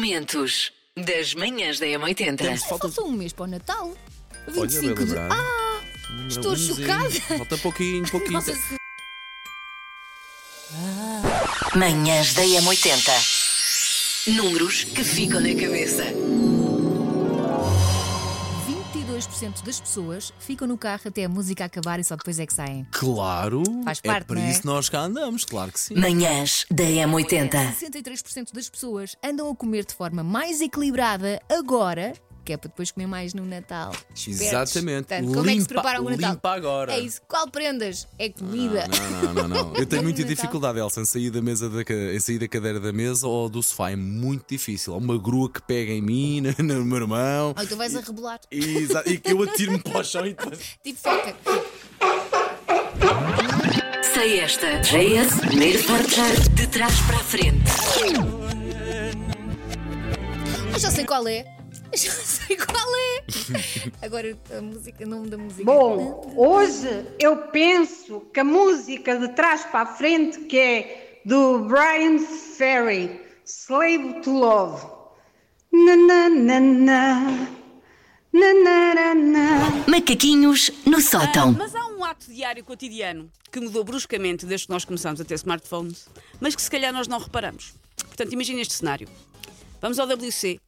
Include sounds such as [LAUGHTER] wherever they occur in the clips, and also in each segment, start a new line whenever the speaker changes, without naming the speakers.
Momentos das manhãs da M80.
Falta-
Falta um mês para o Natal.
Olha, é
25
bem
de.
lembrado.
Ah! Estou
Não, umzinho.
chocada.
Falta [LAUGHS] pouquinho, pouquinho.
Nossa Senhora.
Manhãs da M80. Números que ficam na cabeça.
22% das pessoas ficam no carro até a música acabar e só depois é que saem.
Claro,
Faz
é
parte,
para
não é?
isso que nós cá andamos, claro que sim.
Manhãs da M80.
63% das pessoas andam a comer de forma mais equilibrada agora, que é para depois comer mais no Natal. Espertos.
Exatamente.
Portanto, como é que se
Limpa-
prepara o Natal?
limpa agora. Ah,
É isso. Qual prendas? É comida.
Não, não, não, não. Eu tenho muita
Natal.
dificuldade, Elsa, em sair, da mesa da, ca- em sair da cadeira da mesa ou do sofá. É muito difícil. Há uma grua que pega em mim, no, no meu irmão.
Ou tu vais a rebolar.
E, exa- e que eu atiro-me para o chão e depois-
Tipo foca.
Sei esta. JS, primeiro forjar de trás para a frente.
Eu já sei qual é. Eu já sei qual
[LAUGHS]
é. Agora a música, o nome da música.
Bom, hoje eu penso que a música de trás para a frente, que é do Brian Ferry, Slave to Love. Na, na, na, na. Na, na, na, na.
Macaquinhos no
Ah,
sótão.
Mas há um ato diário cotidiano que mudou bruscamente desde que nós começamos a ter smartphones, mas que se calhar nós não reparamos. Portanto, imagina este cenário. Vamos ao WC,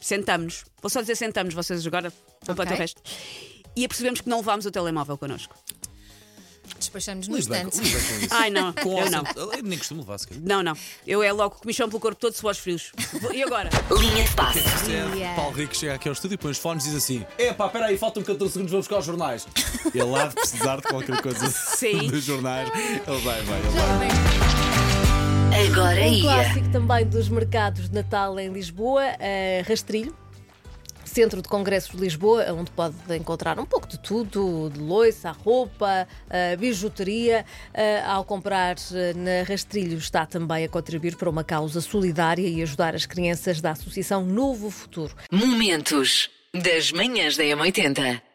sentamos-nos. Vou só dizer sentamos, vocês agora vão para o
Ok.
resto. E apercebemos que não levámos o telemóvel connosco.
Despachamos no
Lida
instante.
com lida com isso.
Ai não,
Com
eu não.
essa- Eu nem costumo levar sequer.
Não, não. Eu é logo comichão pelo corpo todo, suores frios. Vou- E agora?
Linha de passe.
Yeah.
É, Paulo Rico chega aqui ao estúdio e põe os fones e diz assim: Epá, peraí, faltam 14 segundos, vou buscar os jornais. Ele há de precisar de qualquer coisa [LAUGHS]
Sim.
dos jornais. Ele vai, vai. Ele vai.
Já bem.
Agora
Um
ia.
clássico também dos mercados de Natal em Lisboa, eh, Rastrilho. Centro de Congressos de Lisboa, onde pode encontrar um pouco de tudo, de loiça, roupa, eh, bijuteria. Eh, ao comprar eh, na Rastrilho está também a contribuir para uma causa solidária e ajudar as crianças da Associação Novo Futuro.
Momentos das manhãs da M80.